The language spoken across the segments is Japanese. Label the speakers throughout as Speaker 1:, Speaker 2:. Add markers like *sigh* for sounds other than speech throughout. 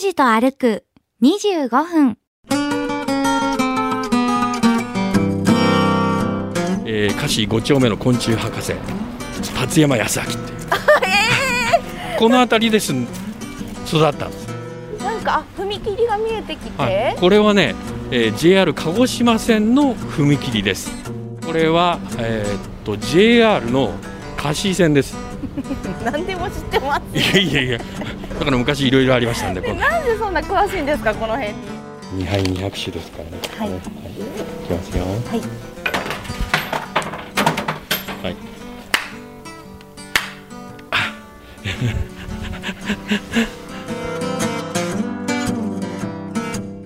Speaker 1: 事と歩く25分。
Speaker 2: えー、歌詞5丁目の昆虫博士初山康明
Speaker 3: *laughs*
Speaker 2: っていうこの辺りです育ったんです、
Speaker 3: なんかあ踏切が見えてきて、
Speaker 2: はい、これはね、えー、JR 鹿児島線の踏切ですこれは、えーっと JR の香椎線です
Speaker 3: 何でも知ってます
Speaker 2: いやいやいやだから昔いろいろありましたんでこの
Speaker 3: なんでそんな詳しいんですかこの辺
Speaker 2: 2
Speaker 3: に
Speaker 2: 杯200種ですからね
Speaker 3: はい
Speaker 2: いきますよ
Speaker 3: はい
Speaker 2: はい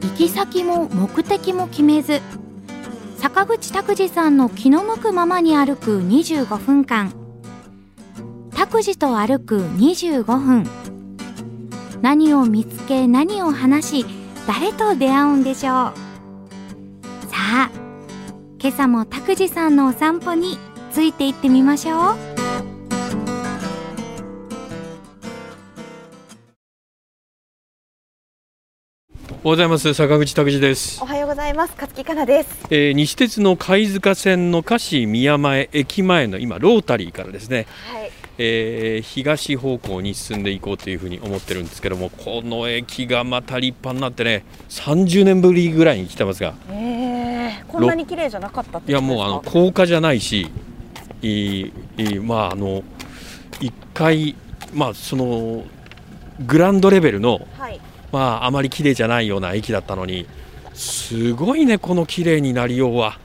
Speaker 1: 行き先も目的も決めず坂口拓司さんの気の向くままに歩く25分間拓司と歩く25分何を見つけ何を話し誰と出会うんでしょうさあ今朝も拓司さんのお散歩についていってみましょう
Speaker 2: おはようございます坂口拓司です
Speaker 3: おはようございます勝木かなです
Speaker 2: えー西鉄の貝塚線の菓子宮前駅前の今ロータリーからですね、
Speaker 3: はい
Speaker 2: えー東方向に進んでいこうというふうに思ってるんですけどもこの駅がまた立派になってね30年ぶりぐらいに来てますが
Speaker 3: えー、こんなに綺麗じゃなかったって
Speaker 2: いやもうあの高架じゃないしいいいいまああの1階まあそのグランドレベルの
Speaker 3: あのはい
Speaker 2: まああまり綺麗じゃないような駅だったのにすごいねこの綺麗になりようは。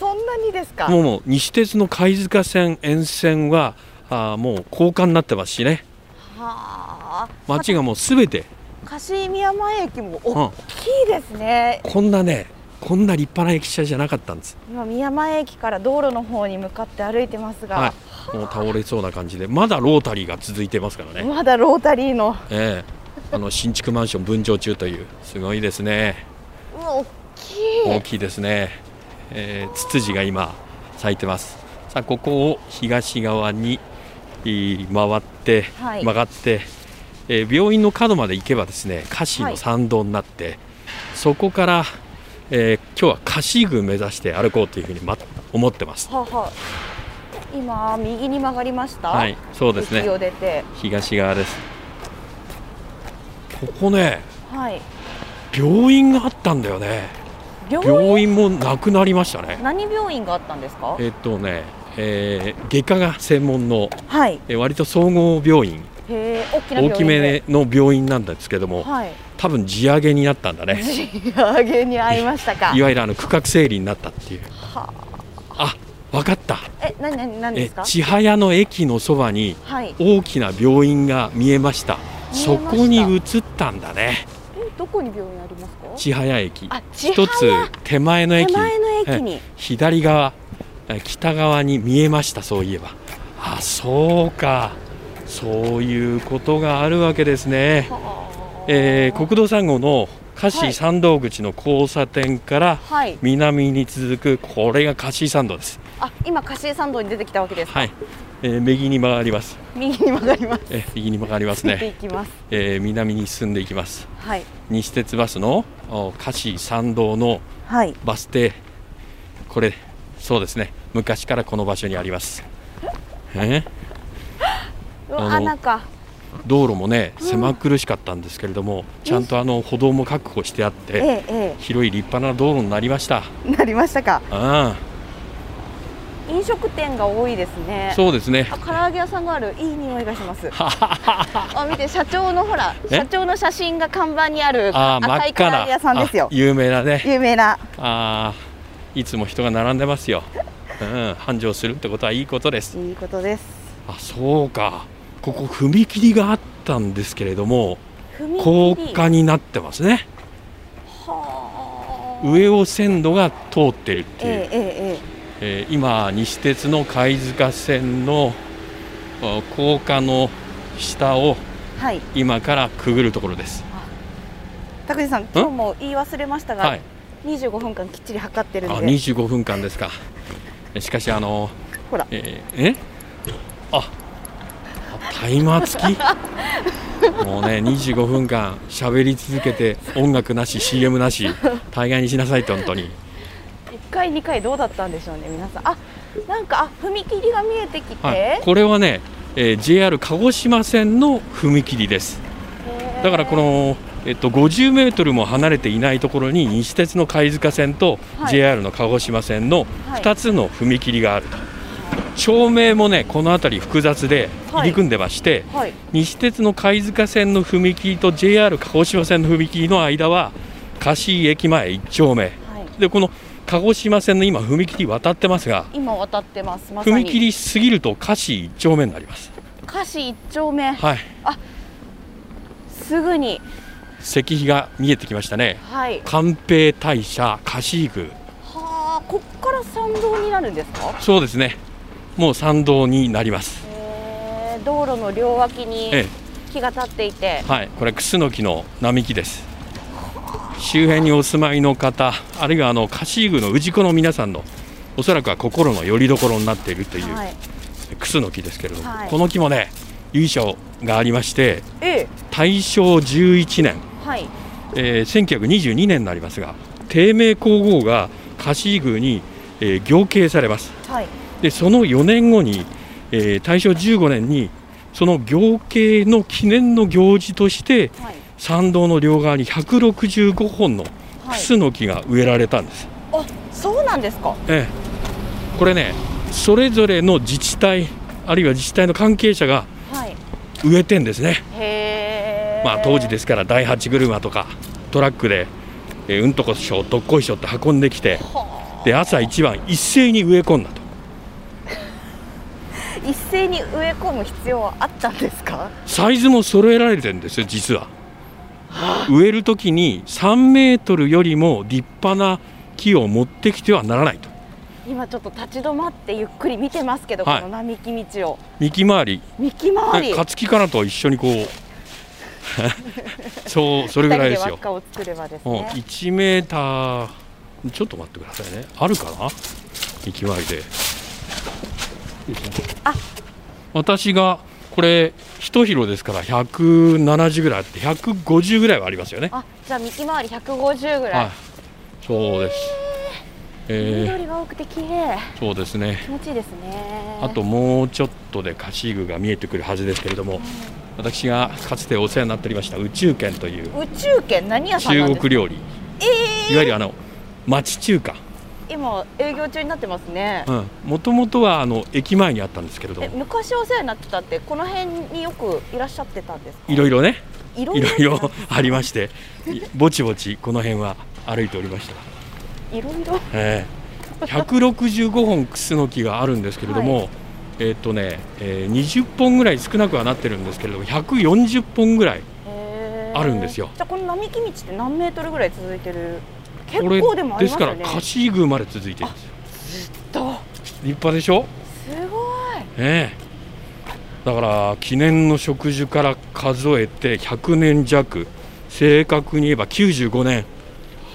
Speaker 3: そんなにですか
Speaker 2: もうもう西鉄の貝塚線沿線はあーもう高架になってますしね
Speaker 3: はあ
Speaker 2: 街がもうすべて、
Speaker 3: 柏宮前駅も
Speaker 2: う
Speaker 3: 大
Speaker 2: ん、
Speaker 3: きいですね、
Speaker 2: こんなねこんな立派な駅舎じゃなかったんです、
Speaker 3: 今宮前駅から道路の方に向かって歩いてますが、
Speaker 2: はい、もう倒れそうな感じでまだロータリーが続いてますからね、
Speaker 3: まだロータリーの
Speaker 2: ええ、あの新築マンション分譲中というすごいですね
Speaker 3: うわ大き
Speaker 2: 大
Speaker 3: い
Speaker 2: きいですね、えー、ツツジが今咲いてますさあここを東側にえー回って、
Speaker 3: はい
Speaker 2: 曲がって、えー病院の角まで行けばですね菓子の参道になって、そこから、えー今日は菓子群目指して歩こうというふうに、ま、思ってます
Speaker 3: はあはあ今右に曲がりました
Speaker 2: はいそうです
Speaker 3: 駅を
Speaker 2: ね
Speaker 3: 出て
Speaker 2: 東側ですここね
Speaker 3: はい
Speaker 2: 病院があったんだよね
Speaker 3: 病院
Speaker 2: 病院もなくなりましたね
Speaker 3: 何病院があったんですか
Speaker 2: えっとね、えー外科が専門の
Speaker 3: はい
Speaker 2: えー割と総合病院
Speaker 3: へえ大きな病
Speaker 2: 大
Speaker 3: 院
Speaker 2: きめの病院なんですけども
Speaker 3: はい
Speaker 2: 多分地上げになったんだね
Speaker 3: 地上げに会いましたか
Speaker 2: いわゆるあの区画整理になったっていう
Speaker 3: *laughs* は
Speaker 2: あ分かった
Speaker 3: え何何何で
Speaker 2: え
Speaker 3: すか
Speaker 2: 千早の駅のそばに
Speaker 3: はい
Speaker 2: 大きな病院が見えました
Speaker 3: 見えました
Speaker 2: そこに移ったんだね
Speaker 3: えどこに病院ありますか
Speaker 2: 千早駅
Speaker 3: あ千
Speaker 2: 一つ
Speaker 3: 早
Speaker 2: 手前の
Speaker 3: 手
Speaker 2: 駅
Speaker 3: 前の駅に
Speaker 2: 左側え北側に見えましたそういえばあそうかそういうことがあるわけですね
Speaker 3: はあ
Speaker 2: えー国道3号の菓
Speaker 3: は
Speaker 2: 子
Speaker 3: い
Speaker 2: 参道口の交差点から
Speaker 3: はい
Speaker 2: 南に続くこれが菓子参道です、
Speaker 3: あ今カシエ参道に出てきたわけですか
Speaker 2: はいえー右に曲がります、
Speaker 3: 右に曲がります
Speaker 2: えー右に曲がります
Speaker 3: つい *laughs* てい
Speaker 2: ね、
Speaker 3: きます
Speaker 2: えー南に進んでいきます
Speaker 3: はい
Speaker 2: 西鉄バスのお菓子参道の
Speaker 3: はい
Speaker 2: バス停これそうですね昔からこの場所にあります、えーあ
Speaker 3: うわ
Speaker 2: の
Speaker 3: あなんか
Speaker 2: 道路もね狭苦しかったんですけれども、ちゃんとあの歩道も確保してあっ
Speaker 3: え
Speaker 2: て
Speaker 3: ええ
Speaker 2: 広い立派な道路になりました
Speaker 3: えなりましたか
Speaker 2: ああ
Speaker 3: 飲食店が多いですね
Speaker 2: そうですね。
Speaker 3: あ唐揚げ屋さんがあるいい匂いがします
Speaker 2: *laughs*
Speaker 3: あ見て社長のほら
Speaker 2: え
Speaker 3: 社長の写真が看板にある
Speaker 2: ああ、真
Speaker 3: 赤
Speaker 2: っ
Speaker 3: い唐
Speaker 2: 赤
Speaker 3: 揚げ屋さんです
Speaker 2: な。あ
Speaker 3: よ
Speaker 2: 有名なね。
Speaker 3: 有名な
Speaker 2: ああ、いつも人が並んでますよ。うん、繁盛するってことはいいことです。
Speaker 3: いいことです
Speaker 2: あ、そうか。ここ踏切があったんですけれども、
Speaker 3: 踏
Speaker 2: 高
Speaker 3: 切
Speaker 2: 架になってますね。
Speaker 3: はあ
Speaker 2: 上を線路が通ってるって
Speaker 3: え
Speaker 2: いう。
Speaker 3: えええ
Speaker 2: えー今西鉄の貝塚線のあ高架の下を
Speaker 3: ええはい
Speaker 2: 今からくぐるところです。
Speaker 3: 拓司さん今日も言い忘れました
Speaker 2: は
Speaker 3: が
Speaker 2: い。
Speaker 3: 25分間きっちり測ってる
Speaker 2: あ、
Speaker 3: んで
Speaker 2: 25分間ですか。しかしあの
Speaker 3: ほら
Speaker 2: えーえあタイマー付き
Speaker 3: *laughs*
Speaker 2: もうね25分間喋り続けて音楽なし CM なし大概にしなさいって本当に
Speaker 3: 一回二回どうだったんでしょうね皆さんあなんかあ踏切が見えてきて、
Speaker 2: はい、これはね、えー JR 鹿児島線の踏切です
Speaker 3: へー
Speaker 2: だからこの、えっと、50メートルも離れていないところに西鉄の貝塚線と
Speaker 3: はい
Speaker 2: JR の鹿児島線の
Speaker 3: はい
Speaker 2: 2つの踏切があると、照明もねこの辺り複雑で
Speaker 3: はい
Speaker 2: 入り組んでまして、
Speaker 3: はい
Speaker 2: 西鉄の貝塚線の踏切と JR 鹿児島線の踏切の間は菓子駅前1丁目
Speaker 3: はい
Speaker 2: でこの鹿児島線の今踏切渡ってますが
Speaker 3: 今渡ってますまさ
Speaker 2: 踏
Speaker 3: に
Speaker 2: 切過ぎると菓子1丁目になります
Speaker 3: 歌詞一丁目
Speaker 2: はい
Speaker 3: すぐに
Speaker 2: 石碑が見えてきましたね
Speaker 3: はい
Speaker 2: 寛平大社菓子宮
Speaker 3: はあこっから参道になるんですか
Speaker 2: そうですねもう参道になります
Speaker 3: へー道路の両脇に
Speaker 2: え
Speaker 3: 木が立っていて
Speaker 2: え、はいこれクスノキの並木です周辺にお住まいの方あるいはあの菓子宮の氏子の皆さんのおそらくは心の拠り所になっているという、
Speaker 3: はい
Speaker 2: クスの木ですけれども、
Speaker 3: はい
Speaker 2: この木もね由緒がありまして
Speaker 3: ええ
Speaker 2: 大正11年、
Speaker 3: はい
Speaker 2: えー1922年になりますが帝名皇后が菓子宮に、えー行慶されます
Speaker 3: はい
Speaker 2: でその4年後に、えー大正15年にその行慶の記念の行事として
Speaker 3: はい
Speaker 2: 参道の両側に165本のク
Speaker 3: はい
Speaker 2: スの木が植えられたんです、
Speaker 3: あそうなんですか
Speaker 2: ええこれねそれぞれの自治体あるいは自治体の関係者が
Speaker 3: はい
Speaker 2: 植えてんですね
Speaker 3: へえ
Speaker 2: まあ、当時
Speaker 3: で
Speaker 2: ですから第8車とかトラックで、えーうんとこしょどっこいしょって運んできてで朝一番一斉に植え込んだと
Speaker 3: 一斉に植え込む必要はあったんですか
Speaker 2: サイズも揃えられてるんですよ実は植える時に3メートルよりも立派な木を持ってきてはならないと
Speaker 3: 今ちょっと立ち止まってゆっくり見てますけど、
Speaker 2: はい
Speaker 3: この並木道を
Speaker 2: 幹回り
Speaker 3: 幹回り
Speaker 2: ね勝木かなと一緒にこう *laughs* そうそれぐらいです
Speaker 3: 二人輪
Speaker 2: よ
Speaker 3: っ、かを作ればです
Speaker 2: うん、
Speaker 3: ね、
Speaker 2: 1メーターちょっと待ってくださいねあるかな幹回りで
Speaker 3: あ
Speaker 2: 私がこれ一広ですから170ぐらいあって150ぐらいはありますよね
Speaker 3: あじゃあ幹回り150ぐら
Speaker 2: は
Speaker 3: い、
Speaker 2: いそうですえ
Speaker 3: 緑が多くて綺麗
Speaker 2: ーそうですね
Speaker 3: 気持ちいいですね
Speaker 2: あともうちょっとで菓子具が見えてくるはずですけれども私がかつてお世話になっておりました宇宙圏という
Speaker 3: 宇宙圏何屋さんな
Speaker 2: 中
Speaker 3: んですか
Speaker 2: 国料理いわゆるあの町中華
Speaker 3: 今営業中になってますね、
Speaker 2: もともとはあの駅前にあったんですけれど
Speaker 3: え
Speaker 2: も
Speaker 3: 昔お世話になってたってこの辺によくいらっしゃってたんですか
Speaker 2: いろいろね
Speaker 3: いろ
Speaker 2: いろい
Speaker 3: い
Speaker 2: ろ *laughs* ありましていぼちぼちこの辺は歩いておりました、
Speaker 3: *laughs* いろいろ
Speaker 2: ええ165本クスノキがあるんですけれども、えーっとね、えー20本ぐらい少なくはなってるんですけれども140本ぐらい
Speaker 3: へー
Speaker 2: あるんですよ
Speaker 3: じゃあこの並木道って何メートルぐらい続いてる結
Speaker 2: これ
Speaker 3: 構でもあり
Speaker 2: で
Speaker 3: ますす
Speaker 2: か
Speaker 3: よ
Speaker 2: ら
Speaker 3: ね
Speaker 2: カシーグまで続いてるんですよ
Speaker 3: と
Speaker 2: 立派でしょ
Speaker 3: すごい
Speaker 2: ええだから記念の植樹から数えて100年弱正確に言えば95年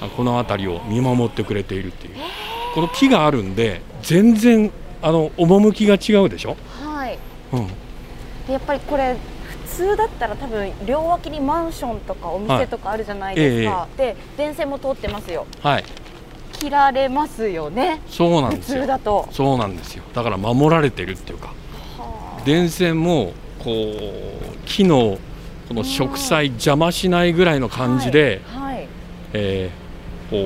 Speaker 2: あこの辺りを見守ってくれているっていうこの木があるんで全然あの趣が違うでしょ、
Speaker 3: はい
Speaker 2: うん、
Speaker 3: でやっぱりこれ普通だったら多分両脇にマンションとかお店とかあるじゃないですか、
Speaker 2: は
Speaker 3: で電線も通ってますよ
Speaker 2: はい
Speaker 3: 切られますよね
Speaker 2: そうなん
Speaker 3: 普
Speaker 2: です
Speaker 3: 通
Speaker 2: よ
Speaker 3: だと
Speaker 2: そうなんですよだから守られてるっていうか電線もこう木のこの植栽邪魔しないぐらいの感じで、
Speaker 3: はい、はい
Speaker 2: えーこ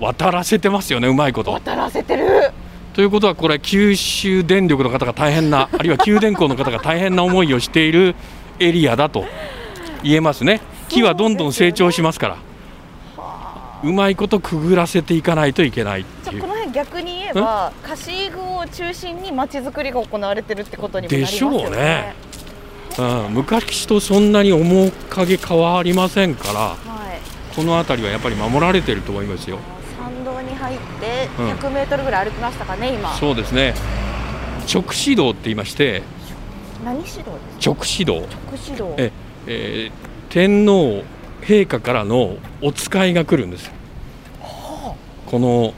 Speaker 2: う渡らせてますよねうまいこと。
Speaker 3: 渡らせてる
Speaker 2: ということはこれ九州電力の方が大変なあるいは九電工の方が大変な思いをしているエリアだと言えますね木はどんどん成長しますからうまいことくぐらせていかないといけないって
Speaker 3: じ
Speaker 2: い
Speaker 3: ゃあこ
Speaker 2: う
Speaker 3: の辺逆に言えば菓子具を中心にまちづくりが行われてるってことにもなりますよね
Speaker 2: でしょうねうん、昔とそんなに面影変わりませんから
Speaker 3: はい
Speaker 2: この辺りはやっぱり守られてると思いますよ
Speaker 3: 参道に入って
Speaker 2: うん
Speaker 3: 100メートルぐらい歩きましたかね今
Speaker 2: そうですね直指導って言いまして
Speaker 3: 何指導ですか
Speaker 2: 直指導
Speaker 3: 副指導
Speaker 2: ええー天皇陛下からのお使いが来るんですよこの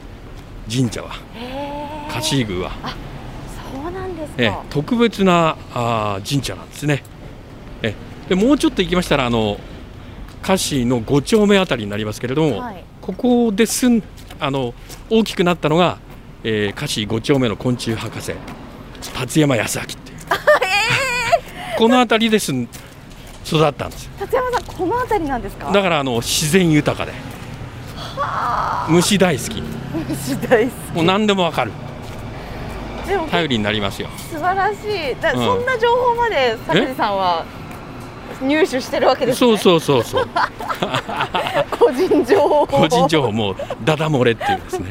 Speaker 2: 神社は
Speaker 3: へー
Speaker 2: 菓子宮は
Speaker 3: そうなんですか、
Speaker 2: ええ特別なあー神社なんですね。ええでもうちょっと行きましたらあの菓子の5丁目あたりになりますけれども、
Speaker 3: はい
Speaker 2: ここですんあの大きくなったのが、えー、菓子5丁目の昆虫博士達山康明っていう、
Speaker 3: *laughs*
Speaker 2: この辺りですん育ったんですよ
Speaker 3: 立山さんこの辺りなんですか
Speaker 2: だからあの自然豊かで虫大好き
Speaker 3: 虫大好
Speaker 2: もう何でもわかる
Speaker 3: きでも
Speaker 2: 頼りになりますよ
Speaker 3: 素晴らしいだ、
Speaker 2: うん
Speaker 3: そんな情報までさくじさんは入手してるわけですね
Speaker 2: そうそうそうそう
Speaker 3: 個人情報
Speaker 2: 個人情報もうダダ漏れっていうですね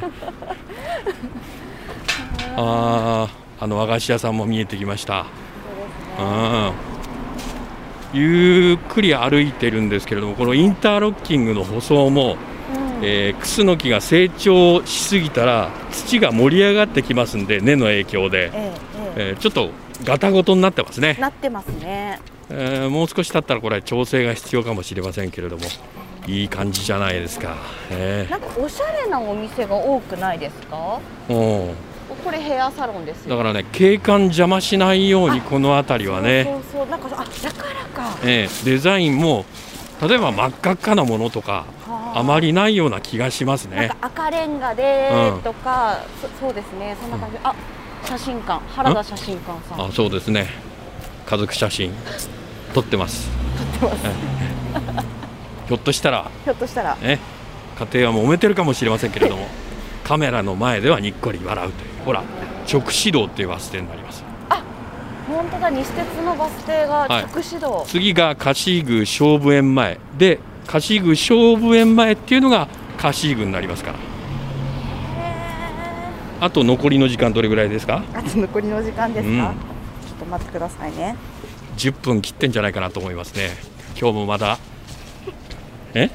Speaker 2: あああの和菓子屋さんも見えてきましたうんゆっくり歩いてるんですけれどもこのインターロッキングの舗装も、
Speaker 3: うん
Speaker 2: えークスノキが成長しすぎたら土が盛り上がってきますんで根の影響で、
Speaker 3: ええ
Speaker 2: え
Speaker 3: え
Speaker 2: ーちょっとガタごとになってます
Speaker 3: え
Speaker 2: ね、
Speaker 3: なってますね
Speaker 2: えーもう少し経ったらこれ調整が必要かもしれませんけれどもいい感じじゃないですか、え
Speaker 3: なんかおしゃれなお店が多くないですか
Speaker 2: ーうん
Speaker 3: これヘアサロンです
Speaker 2: だ
Speaker 3: よ
Speaker 2: からね景観邪魔しないようにこの辺りは
Speaker 3: そ
Speaker 2: ね、
Speaker 3: うそうなんかあだからか
Speaker 2: ええデザインも例えば真っ赤っかなものとか
Speaker 3: はあ
Speaker 2: あまりないような気がします
Speaker 3: なん
Speaker 2: ね
Speaker 3: か赤レンガでとか、そそうですねそんな感じ、あ写真館原田写真館さん
Speaker 2: あそうですね家族写真撮ってます
Speaker 3: 撮ってます
Speaker 2: ひょっとしたら、
Speaker 3: ひょっとしたら
Speaker 2: ね、家庭は揉めてるかもしれませんけれど
Speaker 3: *laughs*
Speaker 2: もカメラの前ではにっこり笑うというほら直指導っていうバス停になります
Speaker 3: 本当だ西鉄のバス停が
Speaker 2: はい
Speaker 3: 直指導、
Speaker 2: 次が柏宮勝負園前で柏宮勝負園前っていうのが柏宮になりますから
Speaker 3: へ
Speaker 2: あと残りの時間どれぐらいですか
Speaker 3: ーあと残りの時間ですか、
Speaker 2: うん
Speaker 3: ちょっと待ってくださいね
Speaker 2: 10分切ってんじゃないかなと思いますね今日もまだえ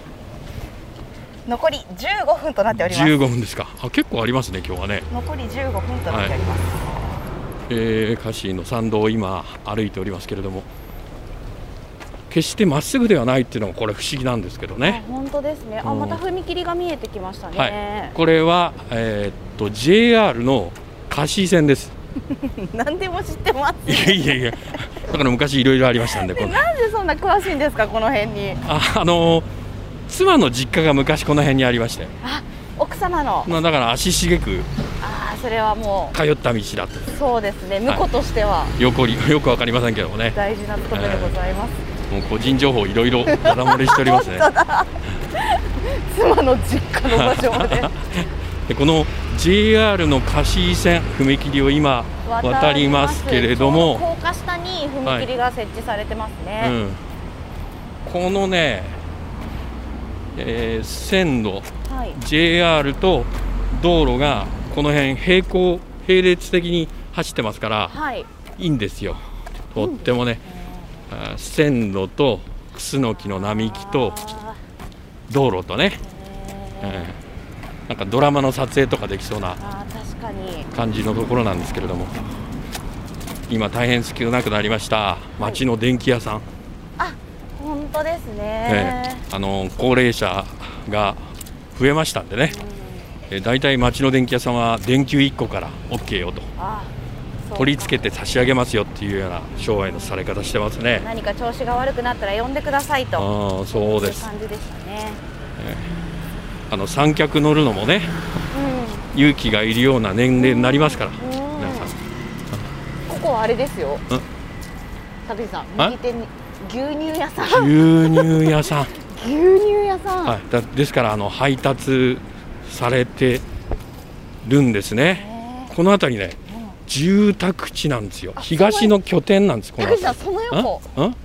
Speaker 3: 残り15分となっております
Speaker 2: 15分ですかあ結構ありますね今日はね、
Speaker 3: 残り15分となっております、
Speaker 2: えー、カシーの参道を今歩いておりますけれども決してまっすぐではないっていうのがこれ不思議なんですけど
Speaker 3: あ
Speaker 2: ね
Speaker 3: 本当ですねあ
Speaker 2: うん
Speaker 3: また踏切が見えてきましたね、
Speaker 2: はい
Speaker 3: *laughs*
Speaker 2: これはえーっと JR のカシー線です
Speaker 3: 何でも知ってます
Speaker 2: いやいやいやだから昔いろいろありましたんでこの
Speaker 3: なんでそんな詳しいんですかこの辺に
Speaker 2: ああのー妻の実家が昔この辺にありまして
Speaker 3: 奥様の
Speaker 2: まあだから足しげく
Speaker 3: ああそれはも
Speaker 2: 通った道だと
Speaker 3: うそうですね婿としては
Speaker 2: 横によくわかりませんけどもね
Speaker 3: 大事なことでございます、
Speaker 2: もう個人情報いろいろダダ漏れしております *laughs* ね
Speaker 3: 妻の実家の場所まで
Speaker 2: でこの JR の貸井線踏切を今 *laughs* 渡りますけれど
Speaker 3: ちょう
Speaker 2: も、
Speaker 3: 高架下に踏切が設置されてますね、
Speaker 2: うん、このね、えー線路
Speaker 3: はい、
Speaker 2: JR と道路がこの辺平行並列的に走ってますから
Speaker 3: はい、
Speaker 2: いいんですよとってもね、あー線路とクスノキの並木と
Speaker 3: あ
Speaker 2: 道路とね、
Speaker 3: ー
Speaker 2: えーなんかドラマの撮影とかできそうな
Speaker 3: あー確かに
Speaker 2: 感じのところなんですけれども今大変少なくなりました町の電気屋さん、
Speaker 3: 本当です
Speaker 2: え
Speaker 3: ね、
Speaker 2: えあの高齢者が増えましたんでね、えー、大体町の電気屋さんは電球1個から OK よと
Speaker 3: あそうか
Speaker 2: 取り付けて差し上げますよっていうような商売のされ方してますね
Speaker 3: 何か調子が悪くなったら呼んでください
Speaker 2: あ
Speaker 3: と
Speaker 2: ーそう
Speaker 3: いう
Speaker 2: です
Speaker 3: 感じでしたね
Speaker 2: あの三脚乗るのもね勇気がいるような年齢になりますから
Speaker 3: うん、うん
Speaker 2: 皆さん
Speaker 3: ここはあれですよ佐藤さん
Speaker 2: え
Speaker 3: 右手に牛乳屋さん
Speaker 2: 牛乳屋さん
Speaker 3: 牛乳屋さん、
Speaker 2: はい、だですからあの配達されてるんですね、
Speaker 3: ね
Speaker 2: この辺りね、住宅地なんですよ、東の拠点なんです、こ
Speaker 3: え
Speaker 2: の
Speaker 3: 佐藤さ
Speaker 2: 辺
Speaker 3: んそ
Speaker 2: り。ん
Speaker 3: の横
Speaker 2: ん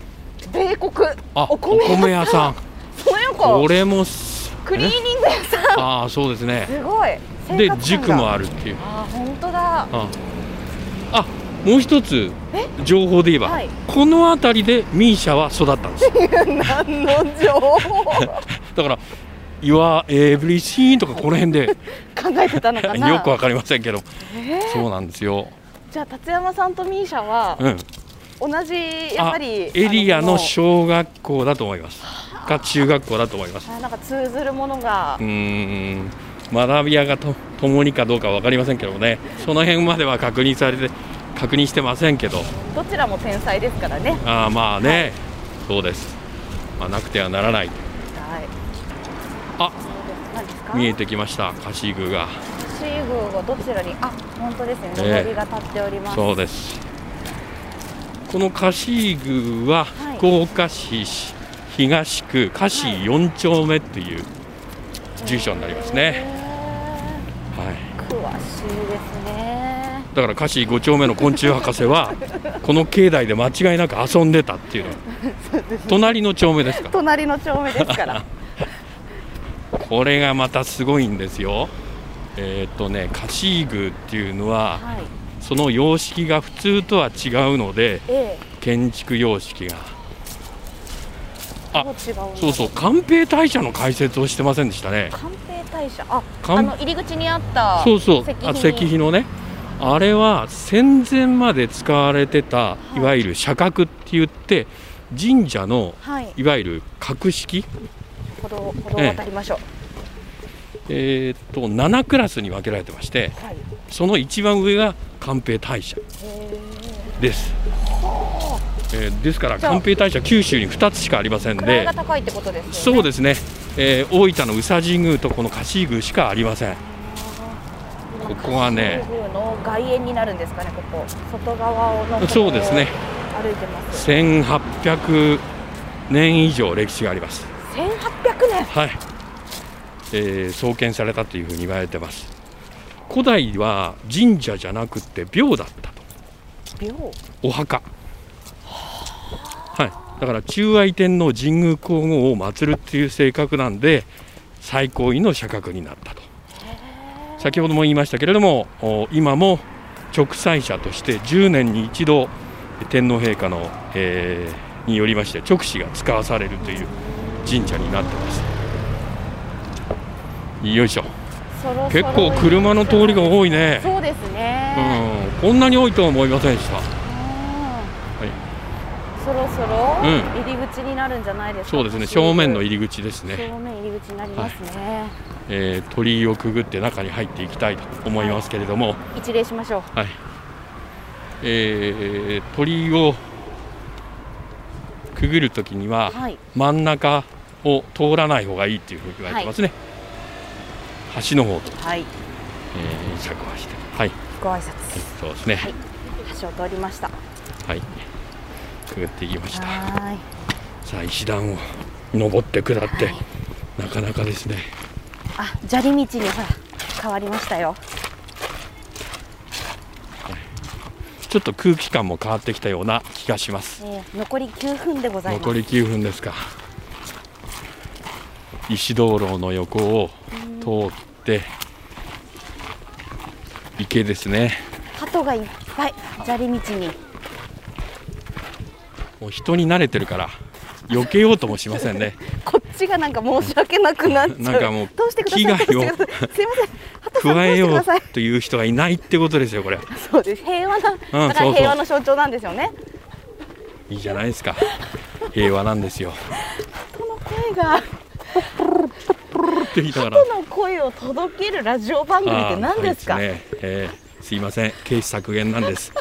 Speaker 3: 米国
Speaker 2: あ
Speaker 3: お
Speaker 2: お
Speaker 3: 米屋さん
Speaker 2: 米屋さん、
Speaker 3: その横
Speaker 2: これもす、 *laughs*
Speaker 3: クリーニ
Speaker 2: え
Speaker 3: ング屋さん
Speaker 2: ああ、そうですね、
Speaker 3: すごい
Speaker 2: で、塾も
Speaker 3: あ
Speaker 2: あるっていう、
Speaker 3: あー本当だ
Speaker 2: ああもう一つ、情報で言えば、
Speaker 3: はい
Speaker 2: この辺りでミーシャは育ったんですよ、
Speaker 3: 何の情報
Speaker 2: *laughs* だから、Your Everything とか、この辺で、
Speaker 3: 考えてたのか *laughs*
Speaker 2: *laughs*
Speaker 3: な
Speaker 2: よくわかりませんけど、
Speaker 3: えー
Speaker 2: そうなんですよ。
Speaker 3: じゃあ達山さんとミーシャは
Speaker 2: うん
Speaker 3: 同じやっぱり
Speaker 2: あエリアの
Speaker 3: あ
Speaker 2: 小学校だと思いますか中学校だと思います
Speaker 3: のあなんか通ずるものが
Speaker 2: うーん学び屋がとともにかどうか分かりませんけどもねその辺までは確認されて確認してませんけど
Speaker 3: どちらも天才ですからね。
Speaker 2: あーまあね、そうです、まあ、なくてはならない
Speaker 3: はい。
Speaker 2: あ
Speaker 3: 何ですか。
Speaker 2: 見えてきました菓子具が
Speaker 3: シーグーがどちらに、あ、本当ですね。
Speaker 2: ええ
Speaker 3: のぼりが立っております。
Speaker 2: そうですこの菓子具は
Speaker 3: はい
Speaker 2: 福岡市東区菓子4丁目っていう住所になりますね、
Speaker 3: へ
Speaker 2: はい、
Speaker 3: ー詳しいですね。
Speaker 2: だから菓子5丁目の昆虫博士はこの境内で間違いなく遊んでたっていうの隣の丁目ですか
Speaker 3: 隣の町目で
Speaker 2: *laughs*
Speaker 3: すから。
Speaker 2: これがまたすごいんですよえーっ、とね菓子具っていうのは
Speaker 3: はい。
Speaker 2: その様式が普通とは違うので
Speaker 3: ええ。
Speaker 2: 建築様式があ
Speaker 3: どう違うんだろ
Speaker 2: そうそう。寛平大社の開設をしてませんでしたね
Speaker 3: 官邸大社。あ、
Speaker 2: 官
Speaker 3: あの入り口にあった。
Speaker 2: そうそう
Speaker 3: 石碑
Speaker 2: あ
Speaker 3: に
Speaker 2: 石碑のねあれは戦前まで使われてたい
Speaker 3: い
Speaker 2: わゆる社格って言って神社の
Speaker 3: はい。
Speaker 2: いわゆる格式
Speaker 3: 歩道歩道を渡りましょう。
Speaker 2: えーっと7クラスに分けられてまして
Speaker 3: はい。
Speaker 2: その一番上が寛平大社
Speaker 3: へー
Speaker 2: です、えーですから
Speaker 3: じゃあ
Speaker 2: 寛平大社九州に2つしかありません
Speaker 3: 位
Speaker 2: で
Speaker 3: が高いってことですよね。
Speaker 2: そうですね、えー大分の宇佐神宮とこの菓子宮しかありませんここはね
Speaker 3: 神宮の外苑になるんですかね、ここ、外側をの方を
Speaker 2: そうですね
Speaker 3: 歩いてます。
Speaker 2: 1800年以上歴史があります
Speaker 3: 1800年。
Speaker 2: はい、えー創建されたというふうに言われてます古代は神社じゃなくて廟だったと
Speaker 3: 秒。
Speaker 2: お墓はいだから中愛天皇神宮皇后を祀るっていう性格なんで最高位の社格になったと先ほども言いましたけれどもお今も直祭者として10年に一度天皇陛下の、えーによりまして直視が使わされるという神社になってますよいしょ
Speaker 3: そろそろ
Speaker 2: 結構車の通りが多いね
Speaker 3: そうです
Speaker 2: う
Speaker 3: ね。
Speaker 2: んこんなに多いとは思いませんでした
Speaker 3: はいそろそろ
Speaker 2: うん
Speaker 3: 入り口になるんじゃないですか。
Speaker 2: そうですね正面の
Speaker 3: 入
Speaker 2: 入り口ですね
Speaker 3: り正面入り口になりますね。
Speaker 2: えー鳥居をくぐって中に入っていきたいと思いますけれども、
Speaker 3: 一礼しましょう。
Speaker 2: はいえー鳥居をくぐるときには
Speaker 3: はい。
Speaker 2: 真ん中を通らない方がいいっていうふうに言われてますね、橋の方と、
Speaker 3: はい。
Speaker 2: えー、釈放してはい
Speaker 3: ご挨拶。
Speaker 2: そうですね
Speaker 3: はい橋を通りました。は
Speaker 2: はい、くぐっていきました
Speaker 3: ーい。
Speaker 2: さあ石段を登って下って、なかなかですね
Speaker 3: あ、砂利道にほら変わりましたよ。
Speaker 2: ちょっと空気感も変わってきたような気がします
Speaker 3: えー残り9分でございます。
Speaker 2: 残り9分ですか石灯籠の横を通って池ですね
Speaker 3: 鳩がいっぱい砂利道に
Speaker 2: もう人に慣れてるから避けようともしません
Speaker 3: *laughs*
Speaker 2: ね
Speaker 3: こっちがなんか申し訳なくなっちゃう
Speaker 2: *laughs* なんかもう
Speaker 3: どうしてくださいど
Speaker 2: 危
Speaker 3: う
Speaker 2: 害を
Speaker 3: してくださいすいません
Speaker 2: *laughs*
Speaker 3: 鳩さん
Speaker 2: 加えよ
Speaker 3: どうしてくださいう
Speaker 2: という人がいないってことですよこれ
Speaker 3: そうです平和な、だか
Speaker 2: そうそ
Speaker 3: ら
Speaker 2: う
Speaker 3: 平和の象徴なんですよね
Speaker 2: いいじゃないですか平和なんですよ
Speaker 3: この声が
Speaker 2: って言いながら
Speaker 3: この声を届けるラジオ番組って何ですか
Speaker 2: あーはいねえーすいません経費削減なんです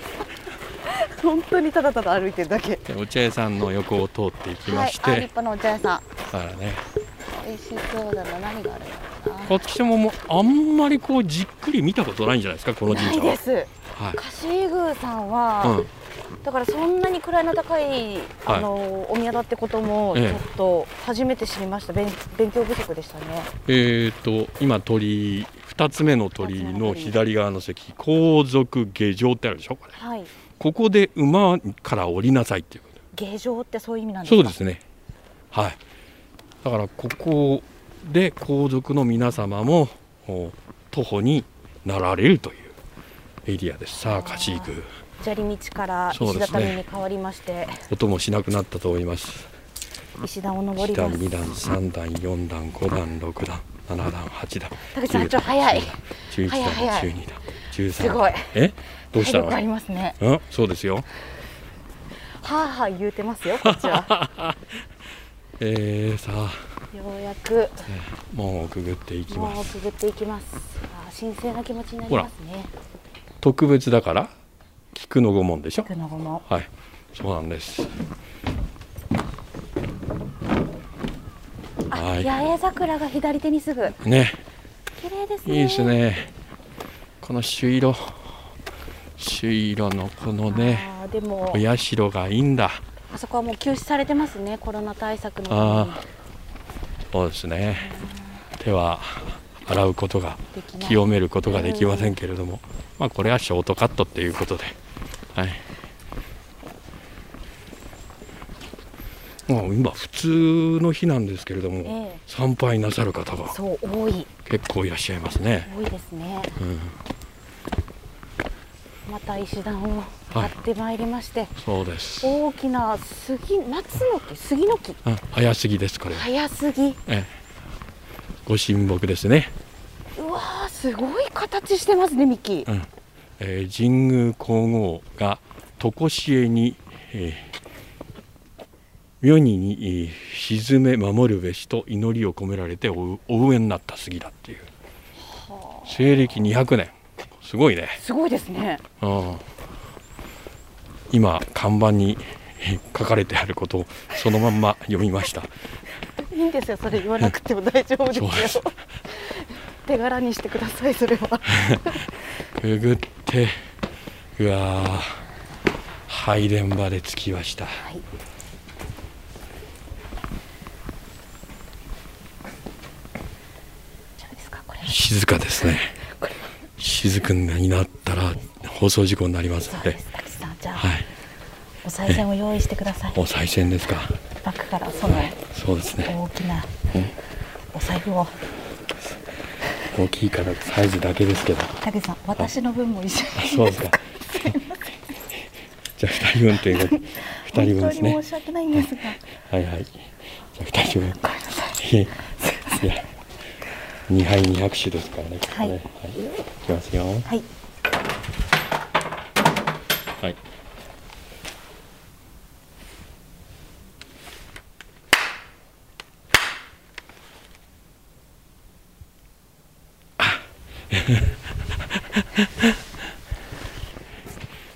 Speaker 3: 本当にただただ歩いてるだけ
Speaker 2: でお茶屋さんの横を通っていきま
Speaker 3: はい
Speaker 2: し
Speaker 3: あ
Speaker 2: て、
Speaker 3: 立派なお茶屋さん
Speaker 2: だからね
Speaker 3: 美味しそうだな何があるのか
Speaker 2: こっちももうあんまりこうじっくり見たことないんじゃないですかこの
Speaker 3: な
Speaker 2: 神
Speaker 3: ない
Speaker 2: 社は
Speaker 3: です
Speaker 2: はい
Speaker 3: カシーグーさんは、
Speaker 2: うん
Speaker 3: だからそんなに位の高い、あのお宮だってこともち
Speaker 2: え
Speaker 3: ょ
Speaker 2: え
Speaker 3: っと初めて知りました、勉勉強不足でしたね
Speaker 2: えー、と今鳥居2つ目の鳥居の左側の席皇族下城ってあるでしょこれ
Speaker 3: はい
Speaker 2: ここで馬から降りなさいっていうこと
Speaker 3: 下城ってそういう意味なんですか
Speaker 2: そうですねはいだからここで皇族の皆様もお徒歩になられるというエリアですさあカシーク
Speaker 3: 砂利道から
Speaker 2: そう
Speaker 3: 石
Speaker 2: ですね
Speaker 3: 畳に変わりまして、
Speaker 2: 音もしなくなったと思います
Speaker 3: 石段を登
Speaker 2: 1
Speaker 3: りま
Speaker 2: 段
Speaker 3: す
Speaker 2: 2段3段4段5段6段7段8段
Speaker 3: 田口さん
Speaker 2: 9
Speaker 3: ちょ
Speaker 2: 段
Speaker 3: 早い
Speaker 2: 11段
Speaker 3: 早い早い
Speaker 2: 12段13段
Speaker 3: すごい
Speaker 2: えど
Speaker 3: *laughs*
Speaker 2: うした
Speaker 3: 体力あり
Speaker 2: の
Speaker 3: ますね
Speaker 2: うんそうですよ
Speaker 3: はあはあ言うてますよこっちは
Speaker 2: えー、さあ
Speaker 3: ようやく
Speaker 2: 門をくぐっていきま
Speaker 3: もう
Speaker 2: す
Speaker 3: くぐっていきますああ神聖な気持ちになりますね
Speaker 2: 特別だから菊の御門でしょ
Speaker 3: 菊の御門
Speaker 2: はいそうなんです
Speaker 3: あ、
Speaker 2: はい
Speaker 3: 八重桜が左手にすぐ
Speaker 2: ね
Speaker 3: 綺麗ですね
Speaker 2: いいですねこの朱色朱色のこのね
Speaker 3: あーでも
Speaker 2: お社がいいんだ
Speaker 3: あそこはもう休止されてますねコロナ対策のた
Speaker 2: あ
Speaker 3: めに
Speaker 2: そうですね手は洗うことが
Speaker 3: できない
Speaker 2: 清めることができませんけれども、まあ、これはショートカットっていうことで、はい、まあ今普通の日なんですけれども、
Speaker 3: ええ
Speaker 2: 参拝なさる方が
Speaker 3: そう多い
Speaker 2: 結構いらっしゃいますね、
Speaker 3: 多いですね
Speaker 2: うん、
Speaker 3: また石段を買ってまいりまして、
Speaker 2: そうです
Speaker 3: 大きな杉松の木杉の木
Speaker 2: あ早すぎですこれ、
Speaker 3: 早すぎ
Speaker 2: ええご神木ですね、
Speaker 3: うわーすごい形してますね幹
Speaker 2: うんえー神宮皇后が常しえに、えー妙にに、えー沈め守るべしと祈りを込められておお植えになった杉だっていう西暦200年すごいね、
Speaker 3: すごいですね
Speaker 2: うん、今看板にえー書かれてあることをそのまんま読みました
Speaker 3: いいんですよそれ言わなくても大丈夫
Speaker 2: そうで
Speaker 3: です
Speaker 2: す
Speaker 3: よ手柄にしてくださいそれは
Speaker 2: くぐってうわー拝殿場で着きました
Speaker 3: はい大丈夫ですかこれ
Speaker 2: 静かですね
Speaker 3: これ
Speaker 2: 静かになったら放送事故になります
Speaker 3: そ
Speaker 2: の
Speaker 3: う
Speaker 2: で
Speaker 3: です滝さんじゃあ、
Speaker 2: はい
Speaker 3: お賽銭を用意してください
Speaker 2: お賽銭ですか
Speaker 3: バッグからその
Speaker 2: そうですね
Speaker 3: 大きなお財布を
Speaker 2: 大きいからサイズだけですけどあ
Speaker 3: 竹さん私の分も一緒に
Speaker 2: そう
Speaker 3: *laughs*
Speaker 2: ですかじゃあ2人分ということで2人分
Speaker 3: 本
Speaker 2: です
Speaker 3: 当に申
Speaker 2: ね
Speaker 3: し訳ないんですが
Speaker 2: はいはいじゃあ2人分
Speaker 3: ごめんなさい
Speaker 2: いや2杯200種ですからね
Speaker 3: はい
Speaker 2: ここねはい、いきますよ
Speaker 3: はい
Speaker 2: はい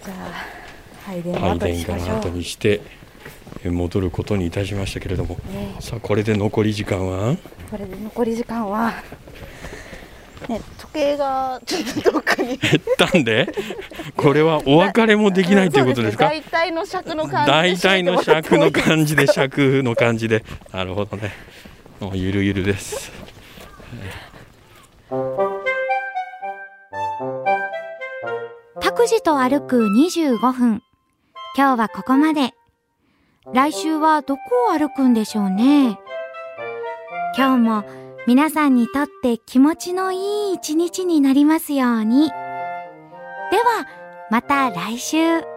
Speaker 3: じゃあ拝殿を
Speaker 2: 拝
Speaker 3: 後
Speaker 2: 殿
Speaker 3: にし
Speaker 2: か
Speaker 3: まし
Speaker 2: ら
Speaker 3: ょ
Speaker 2: 後
Speaker 3: う
Speaker 2: にしてえ戻ることにいたしましたけれども、
Speaker 3: ね
Speaker 2: さあこれで残り時間は *laughs*
Speaker 3: これで残り時間はね時
Speaker 2: *laughs*
Speaker 3: 計がちょっとどっか
Speaker 2: 減
Speaker 3: に
Speaker 2: ったんでこれはお別れもできないということですか
Speaker 3: そうね大体の尺の感じ
Speaker 2: 大体の尺の
Speaker 3: じ
Speaker 2: 感じで尺の感じで *laughs* なるほどねもうゆるゆるです
Speaker 1: 託児と歩く25分。今日はここまで。来週はどこを歩くんでしょうね。今日も皆さんにとって気持ちのいい一日になりますように。では、また来週。